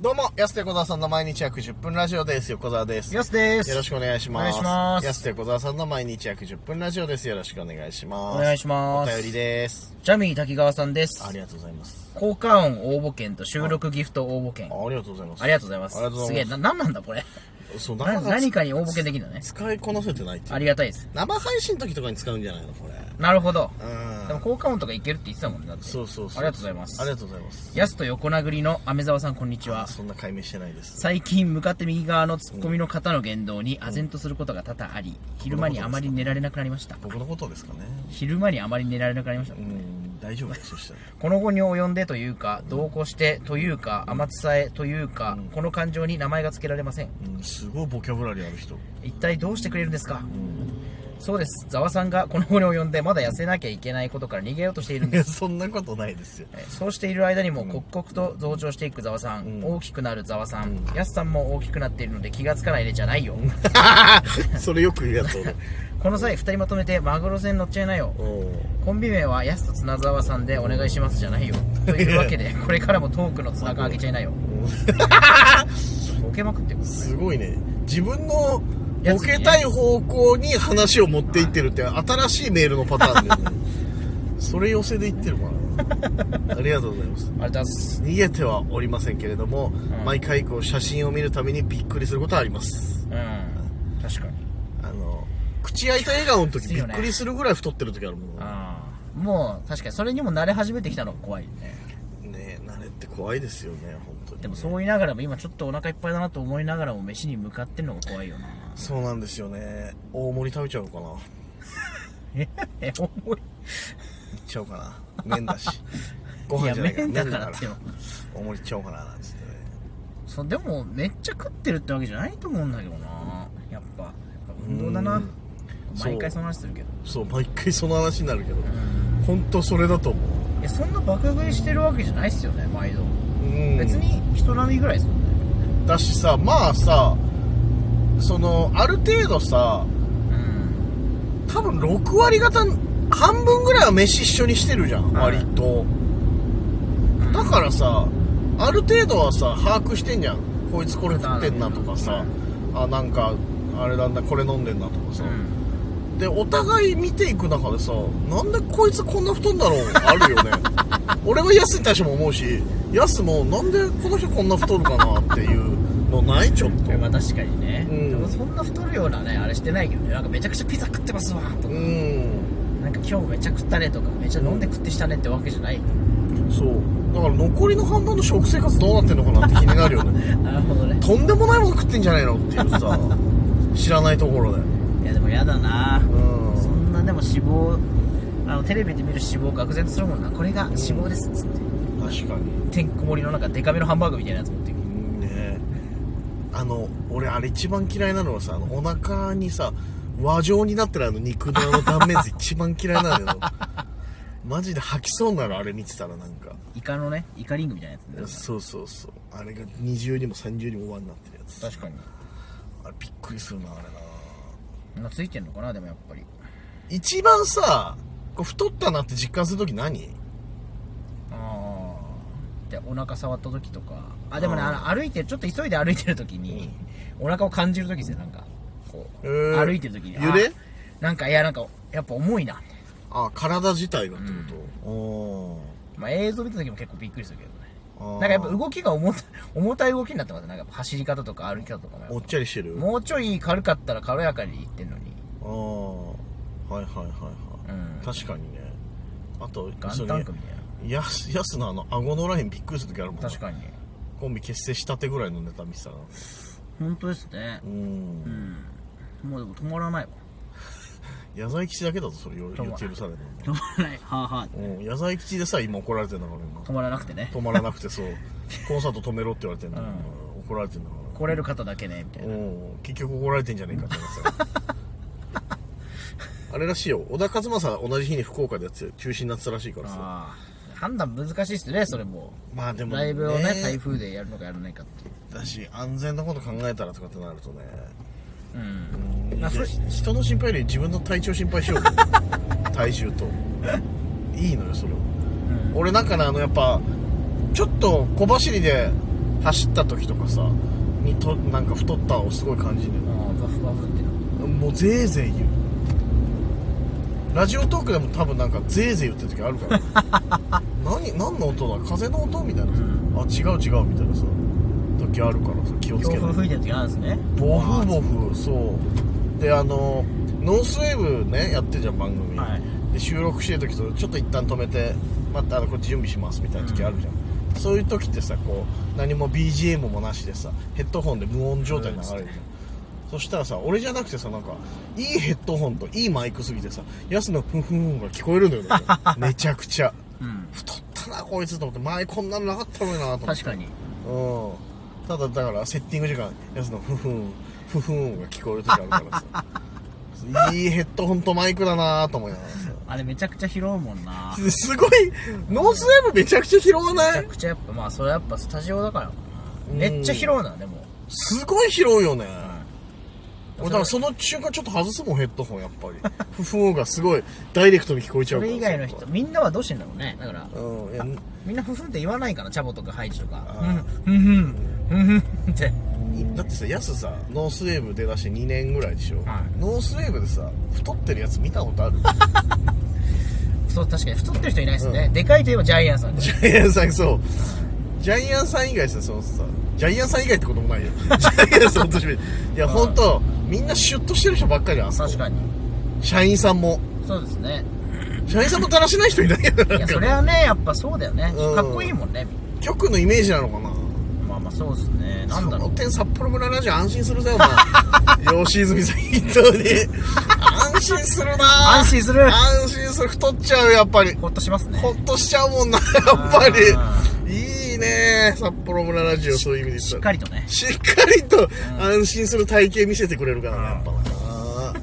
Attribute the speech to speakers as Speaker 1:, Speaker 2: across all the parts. Speaker 1: どうも、安手小沢さんの毎日約10分ラジオです。横澤です。よ
Speaker 2: やすです。
Speaker 1: ろしくお願いします。
Speaker 2: お願いします
Speaker 1: 安手小沢さんの毎日約10分ラジオです。よろしくお願いします。
Speaker 2: お願いしま
Speaker 1: お
Speaker 2: す
Speaker 1: 便りです。
Speaker 2: ジャミー滝川さんです
Speaker 1: あ。りがとうございます。
Speaker 2: 効果音応募券と収録ギフト応募券。
Speaker 1: あありがとうございます。
Speaker 2: ありがとうございます。
Speaker 1: ありがとうございます
Speaker 2: げえ、な、なんなんだこれ。
Speaker 1: そう、なか
Speaker 2: な
Speaker 1: なか
Speaker 2: 何かに応募券できるのね。
Speaker 1: 使いこなせてないっていう
Speaker 2: ありがたいです。
Speaker 1: 生配信の時とかに使うんじゃないのこれ。
Speaker 2: なるほど。
Speaker 1: うん。
Speaker 2: でも効果音とかいけるって言ってたもんね。だって
Speaker 1: そうそうそう。
Speaker 2: ありがとうございます
Speaker 1: ありがとうございます。
Speaker 2: やすと横殴りの飴沢さんこんにちは。
Speaker 1: そんな解明してないです。
Speaker 2: 最近向かって右側のツッコミの方の言動に唖然とすることが多々あり、昼間にあまり寝られなくなりました。
Speaker 1: 僕のことですかね。
Speaker 2: 昼間にあまり寝られなくなりました
Speaker 1: う。ん、大丈夫です。そしたら。
Speaker 2: この後に及んでというか、同行してというか、天津さえというか、この感情に名前が付けられません。
Speaker 1: うん、すごいボキャブラリーある人。
Speaker 2: 一体どうしてくれるんですか
Speaker 1: うん。
Speaker 2: そうです。ざわさんがこの後に及んで、まだ痩せなきゃいけないことから逃げようとしているん
Speaker 1: い
Speaker 2: で
Speaker 1: や、
Speaker 2: す。
Speaker 1: そんなことないですよ。
Speaker 2: えそうしている間にも刻々と増長していくざわさん、
Speaker 1: ん
Speaker 2: 大きくなるざわさん、やすさんも大きくなっているので気がつかないでじゃないよ。
Speaker 1: それよく言うやつ俺。
Speaker 2: この際、二人まとめてマグロ船乗っちゃいなよ。コンビ名はやすと綱沢さんでお願いしますじゃない よ。というわけで、これからもトークのつなが開けちゃい なよ。ボケまくってます。
Speaker 1: すごいね。自分のボケたい方向に話を持っていってるって新しいメールのパターンで、ね、 それ寄せで言ってるから。ありがとうございます。
Speaker 2: ありがとうございます。
Speaker 1: 逃げてはおりませんけれども、
Speaker 2: ん
Speaker 1: 毎回こう写真を見るためにびっくりすることはあります。
Speaker 2: うん。確かに。
Speaker 1: あの、口開いた笑顔の時
Speaker 2: きつい
Speaker 1: びっ
Speaker 2: よね
Speaker 1: くりするぐらい太ってる時あるもん。
Speaker 2: ああ。もう、確かにそれにも慣れ始めてきたの怖いね。
Speaker 1: ねえ、慣れって怖いですよね、本当に、
Speaker 2: でもそう言いながらも今ちょっとお腹いっぱいだなと思いながらも飯に向かってんのが怖いよな。
Speaker 1: そうなんですよね。大盛り食べちゃおうかな。行
Speaker 2: え、え、重い。
Speaker 1: っちゃおうかな。麺 だし。ご
Speaker 2: い
Speaker 1: 飯
Speaker 2: や、
Speaker 1: じゃないから。
Speaker 2: 麺だからってよ。
Speaker 1: 大盛りいっちゃおうかな、なんつってね。
Speaker 2: そう、でもめっちゃ食ってるってわけじゃないと思うんだけどな。やっぱ、やっぱ運動だ
Speaker 1: う。
Speaker 2: なん毎回その話するけど。
Speaker 1: そう、毎回その話になるけど。
Speaker 2: うん
Speaker 1: 本当それだと思う。
Speaker 2: いや、そんな爆食いしてるわけじゃないっすよね、毎度。
Speaker 1: うん
Speaker 2: 別に人並みぐらいですもんね。
Speaker 1: だしさ、まあさ、その、ある程度さ、
Speaker 2: うん。
Speaker 1: 多分6割方、半分ぐらいは飯一緒にしてるじゃん、
Speaker 2: ん
Speaker 1: 割と。だからさ、ある程度はさ、把握してんじゃん。こいつこれ食ってんなとかさ、あ、なんか、あれなんだ、これ飲んでんなとかさ。
Speaker 2: うん
Speaker 1: で、お互い見ていく中でさ、なんでこいつこんな太んだろうあるよね。俺はヤスに対しても思うし、ヤスもなんでこの人こんな太るかなっていうのないちょっと。
Speaker 2: いやまあ確かにね、
Speaker 1: うん
Speaker 2: でもそんな太るようなねあれしてないけどねなんかめちゃくちゃピザ食ってますわと
Speaker 1: う
Speaker 2: か、
Speaker 1: ん。
Speaker 2: なんか今日めちゃ食ったねとかめちゃ飲んで食ってしたねってわけじゃない、
Speaker 1: そう。だから残りの半分の食生活どうなってんのかなって気になるよね。
Speaker 2: なるほどね
Speaker 1: とんでもないもの食ってんじゃないのっていうさ、知らないところで。
Speaker 2: いやでもやだな、
Speaker 1: うん。
Speaker 2: そんなでも脂肪あのテレビで見る脂肪愕然とするもんなこれが脂肪ですっつって
Speaker 1: 確かに。
Speaker 2: てんこ盛りの中デカめのハンバーグみたいなやつ持ってくる
Speaker 1: ねあの俺あれ一番嫌いなのはさあのお腹にさ和状になってるあの肉のの断 面図一番嫌いなんだよマジで吐きそうになるあれ見てたらなんか
Speaker 2: イカのねイカリングみたいなやつ、ね、
Speaker 1: そうそうそうあれが二重にも三重にも輪になってるやつ
Speaker 2: かに
Speaker 1: あれびっくりするなあれな
Speaker 2: なついてんのかなでもやっぱり
Speaker 1: 一番さこう太ったなって実感するとき何
Speaker 2: ああでお腹触った時とかあでもね
Speaker 1: うん
Speaker 2: あの歩いてるちょっと急いで歩いてる時に、 お腹を感じる時ですよなんかこう、
Speaker 1: へー
Speaker 2: 歩いてる時に
Speaker 1: 揺れ
Speaker 2: あなんかいやなんかやっぱ重いなみたいな
Speaker 1: あ体自体がってこと、お
Speaker 2: まあ、映像見た時も結構びっくりするけどね
Speaker 1: ーあー
Speaker 2: なんかやっぱ動きが重た 重たい動きになってますねなんか走り方とか歩き方とかもやっぱ
Speaker 1: おっちゃりしてる
Speaker 2: もうちょい軽かったら軽やかにいってんのに
Speaker 1: ああはいはいはいはい、
Speaker 2: うん
Speaker 1: 確かにねあと
Speaker 2: ガ
Speaker 1: そ
Speaker 2: ン
Speaker 1: れ
Speaker 2: タンクみたいな
Speaker 1: やすやすのあの顎のラインびっくりする時あるもんな
Speaker 2: 確かに
Speaker 1: コンビ結成したてぐらいのネタ見てたら
Speaker 2: 本当ですね
Speaker 1: う
Speaker 2: うんんもうでも止まらないわ
Speaker 1: 矢沢吉だけだぞそれよ
Speaker 2: 止ま
Speaker 1: 許される
Speaker 2: 止まらないはあはあ
Speaker 1: のうん矢沢吉でさ今怒られてんだから
Speaker 2: 止まらなくてね
Speaker 1: 今止まらなくてそうコンサート止めろって言われてんだから、うん怒られてんだか
Speaker 2: 来れる方だけねみたい
Speaker 1: ら
Speaker 2: な
Speaker 1: うん結局怒られてんじゃねえかって 話だあれらしいよ小田和正が同じ日に福岡でやってて中止になってたらしいからさ
Speaker 2: ああ判断難しいっすねそれも
Speaker 1: まあでも
Speaker 2: ライブをね台風でやるのかやらないかっていう
Speaker 1: だし安全なこと考えたらとかってなるとね
Speaker 2: うん
Speaker 1: いや
Speaker 2: それ
Speaker 1: 人の心配より自分の体調心配しよう 体重といいのよそれは、
Speaker 2: ん
Speaker 1: 俺だからあのやっぱちょっと小走りで走った時とかさにとなんか太ったをすごい感じる
Speaker 2: ああバフバフってな
Speaker 1: もうぜいぜい言うラジオトークでも多分なんかぜいぜい言ってる時あるから何何の音だ風の音みたいなさ、あ違う違うみたいなさ時あるからさ気をつ
Speaker 2: 強
Speaker 1: けない
Speaker 2: 風吹いてる時あるんですね
Speaker 1: ボフボフそうであのノースウェーブねやってるじゃん番組、
Speaker 2: はい
Speaker 1: で収録してる時とちょっと一旦止めてまたあのこっち準備しますみたいな時あるじゃん、そういう時ってさこう何も BGM もなしでさヘッドホンで無音状態に流れるじゃん、そしたらさ俺じゃなくてさなんかいいヘッドホンといいマイクすぎてさヤスのフンフンフンが聞こえるのよねめちゃくちゃ
Speaker 2: うん
Speaker 1: 太ったなこいつと思って前こんなのなかったのになと思って
Speaker 2: 確か
Speaker 1: う
Speaker 2: に
Speaker 1: んただだからセッティング時間やつのフフンフフンが聞こえる時あるからさいいヘッドホンとマイクだなぁと思いながらさ
Speaker 2: あれめちゃくちゃ拾うもんな
Speaker 1: すごいノースウェーブめちゃくちゃ拾わ
Speaker 2: めち
Speaker 1: な
Speaker 2: ゃ
Speaker 1: い
Speaker 2: くちゃやっぱまあそれはやっぱスタジオだからかな
Speaker 1: うん
Speaker 2: めっちゃ拾うなでも
Speaker 1: すごい拾うよね
Speaker 2: うん
Speaker 1: 俺だからその瞬間ちょっと外すもんヘッドホンやっ ぱりフフンがすごいダイレクトに聞こえちゃ
Speaker 2: そう
Speaker 1: から
Speaker 2: れ
Speaker 1: さ
Speaker 2: 以外の人みんなはどうしてんだろうねだから
Speaker 1: うんいや
Speaker 2: みんなふふんって言わないかなチャボとかハイジとか
Speaker 1: あ
Speaker 2: うんふんふんふんふんって
Speaker 1: だってさヤスさノースウェーブ出だして2年ぐらいでしょ、
Speaker 2: はい
Speaker 1: ノースウェーブでさ太ってるやつ見たことある
Speaker 2: そう確かに太ってる人いないですね、
Speaker 1: う
Speaker 2: でかいといえばジャイアンさん
Speaker 1: ジャイアンさんそうジャイアンさん以外さそのさジャイアンさん以外ってこともないよ ジャイアンさんほんとしめいや
Speaker 2: うん
Speaker 1: 本当みんなシュッとしてる人ばっかりやん
Speaker 2: 確かに
Speaker 1: 社員さんも
Speaker 2: そうですね
Speaker 1: 社員さんもだらしない人いないよ
Speaker 2: い
Speaker 1: な
Speaker 2: や
Speaker 1: ん
Speaker 2: そ
Speaker 1: か
Speaker 2: れはねやっぱそうだよね、
Speaker 1: うん
Speaker 2: かっこいいもんね
Speaker 1: 局のイメージなのかな
Speaker 2: まあまあそうですねなんだろ
Speaker 1: そうの点札幌村ラジオ安心するぜお前吉泉さん本当に安心するな
Speaker 2: 安心する
Speaker 1: 安心する太っちゃうやっぱり
Speaker 2: ほっとしますね
Speaker 1: ほっとしちゃうもんなやっぱり
Speaker 2: あ
Speaker 1: いいね札幌村ラジオそういう意味で
Speaker 2: し
Speaker 1: 言っ
Speaker 2: っ
Speaker 1: たら
Speaker 2: かりとね
Speaker 1: しっかりと安心する体型見せてくれるからね、やっぱな。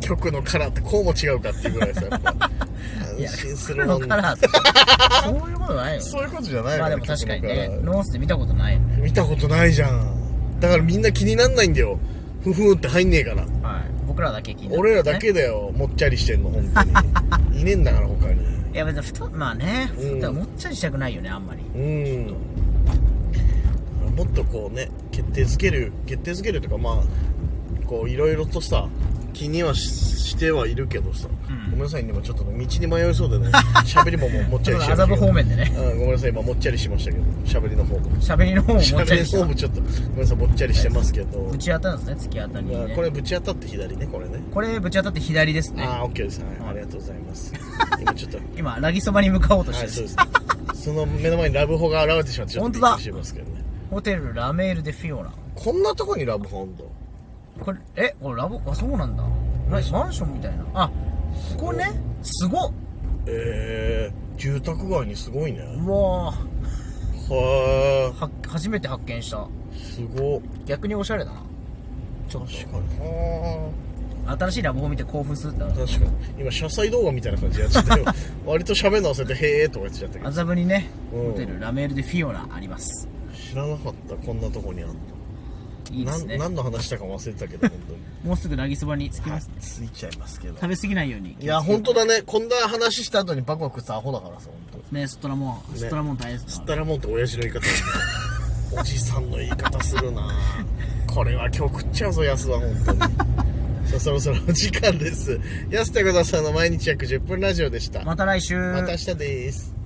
Speaker 1: 曲のカラーってこうも違うかっていうぐらいさ、やっぱ
Speaker 2: いや
Speaker 1: 安心す
Speaker 2: 黒
Speaker 1: るも
Speaker 2: の
Speaker 1: ん
Speaker 2: カラーってそういうことないよね
Speaker 1: そういうことじゃないよ
Speaker 2: まあでも確かにね
Speaker 1: 曲のカ
Speaker 2: ノースで見たことないよね
Speaker 1: ラー見たことないじゃん。だからみんな気になんないんだよ。ふふんって入んねえから。
Speaker 2: はい僕らだけ気になる
Speaker 1: 俺らだけだよ、もっちゃりしてんの、本当に。いねえんだから、他に。
Speaker 2: いや別に太っまあね
Speaker 1: うん
Speaker 2: 太ったらもっちゃりしたくないよねあんまり
Speaker 1: うん。もっとこうね、決定づける、決定づけるとか、まあ、こう、いろいろとさ、気にはししてはいるけどさ、
Speaker 2: うん
Speaker 1: ごめんなさいね、今ちょっとね、道に迷いそう でね、喋りももうもっちゃりしちゃ
Speaker 2: 麻布方面でね
Speaker 1: うん、ごめんなさい、今もっちゃりしましたけど、喋りの方も。
Speaker 2: 喋りの方ももっちゃ
Speaker 1: 喋り
Speaker 2: り
Speaker 1: の
Speaker 2: した
Speaker 1: 方もちょっと、ごめんなさい、もっちゃりしてますけど、
Speaker 2: ぶち当たるんですね突き当たりに
Speaker 1: まあ
Speaker 2: ね
Speaker 1: これぶち当たって左ね、これね。
Speaker 2: これぶち当たって左ですね
Speaker 1: ああ、OK です。はい、ありがとうござい ます。今ちょっと、
Speaker 2: 今ラギそばに向かおうとし
Speaker 1: はい、
Speaker 2: てる
Speaker 1: そう ですね。その目の前にラブホが現れてしまって、ちょっとびっくりしてますけどね。
Speaker 2: ホテルラメールでフィオラ
Speaker 1: こんなとこにラブホあんだ。
Speaker 2: これえこれラボあそうなんだなマンションみたいなあここねすごっ
Speaker 1: えー、住宅街にすごいね。
Speaker 2: うわー
Speaker 1: は
Speaker 2: は初めて発見した
Speaker 1: ー、すご。
Speaker 2: 逆におしゃれだな
Speaker 1: 確かに。は
Speaker 2: 新しいラボを見て興奮するってな
Speaker 1: ー。確かに。今、車載動画みたいな感じでやっちゃったよ。 割と喋るの忘れて、へーとか言っちゃったけど。
Speaker 2: 麻布にね
Speaker 1: うん
Speaker 2: ホテルラメールでフィオラあります
Speaker 1: 知らなかった、こんなとこにあんの。
Speaker 2: いいですね
Speaker 1: なん何の話したか忘れてたけど、本当に。
Speaker 2: もうすぐラギそばに着き
Speaker 1: は
Speaker 2: ま
Speaker 1: い
Speaker 2: す、、
Speaker 1: ついちゃいますけど。
Speaker 2: 食べ過ぎないように
Speaker 1: いや、本当だね。こんな話した後にバクバクさ、アホだからさ、本当に。
Speaker 2: ねストラモン、ストラモン大好き
Speaker 1: す
Speaker 2: だ
Speaker 1: っ
Speaker 2: か
Speaker 1: たらもんって親父の言い方だねおじさんの言い方するなこれは今日食っちゃうぞ安は本当にさあそろそろお時間です安田小田さんの毎日約10分ラジオでした
Speaker 2: らまた来週
Speaker 1: また明日です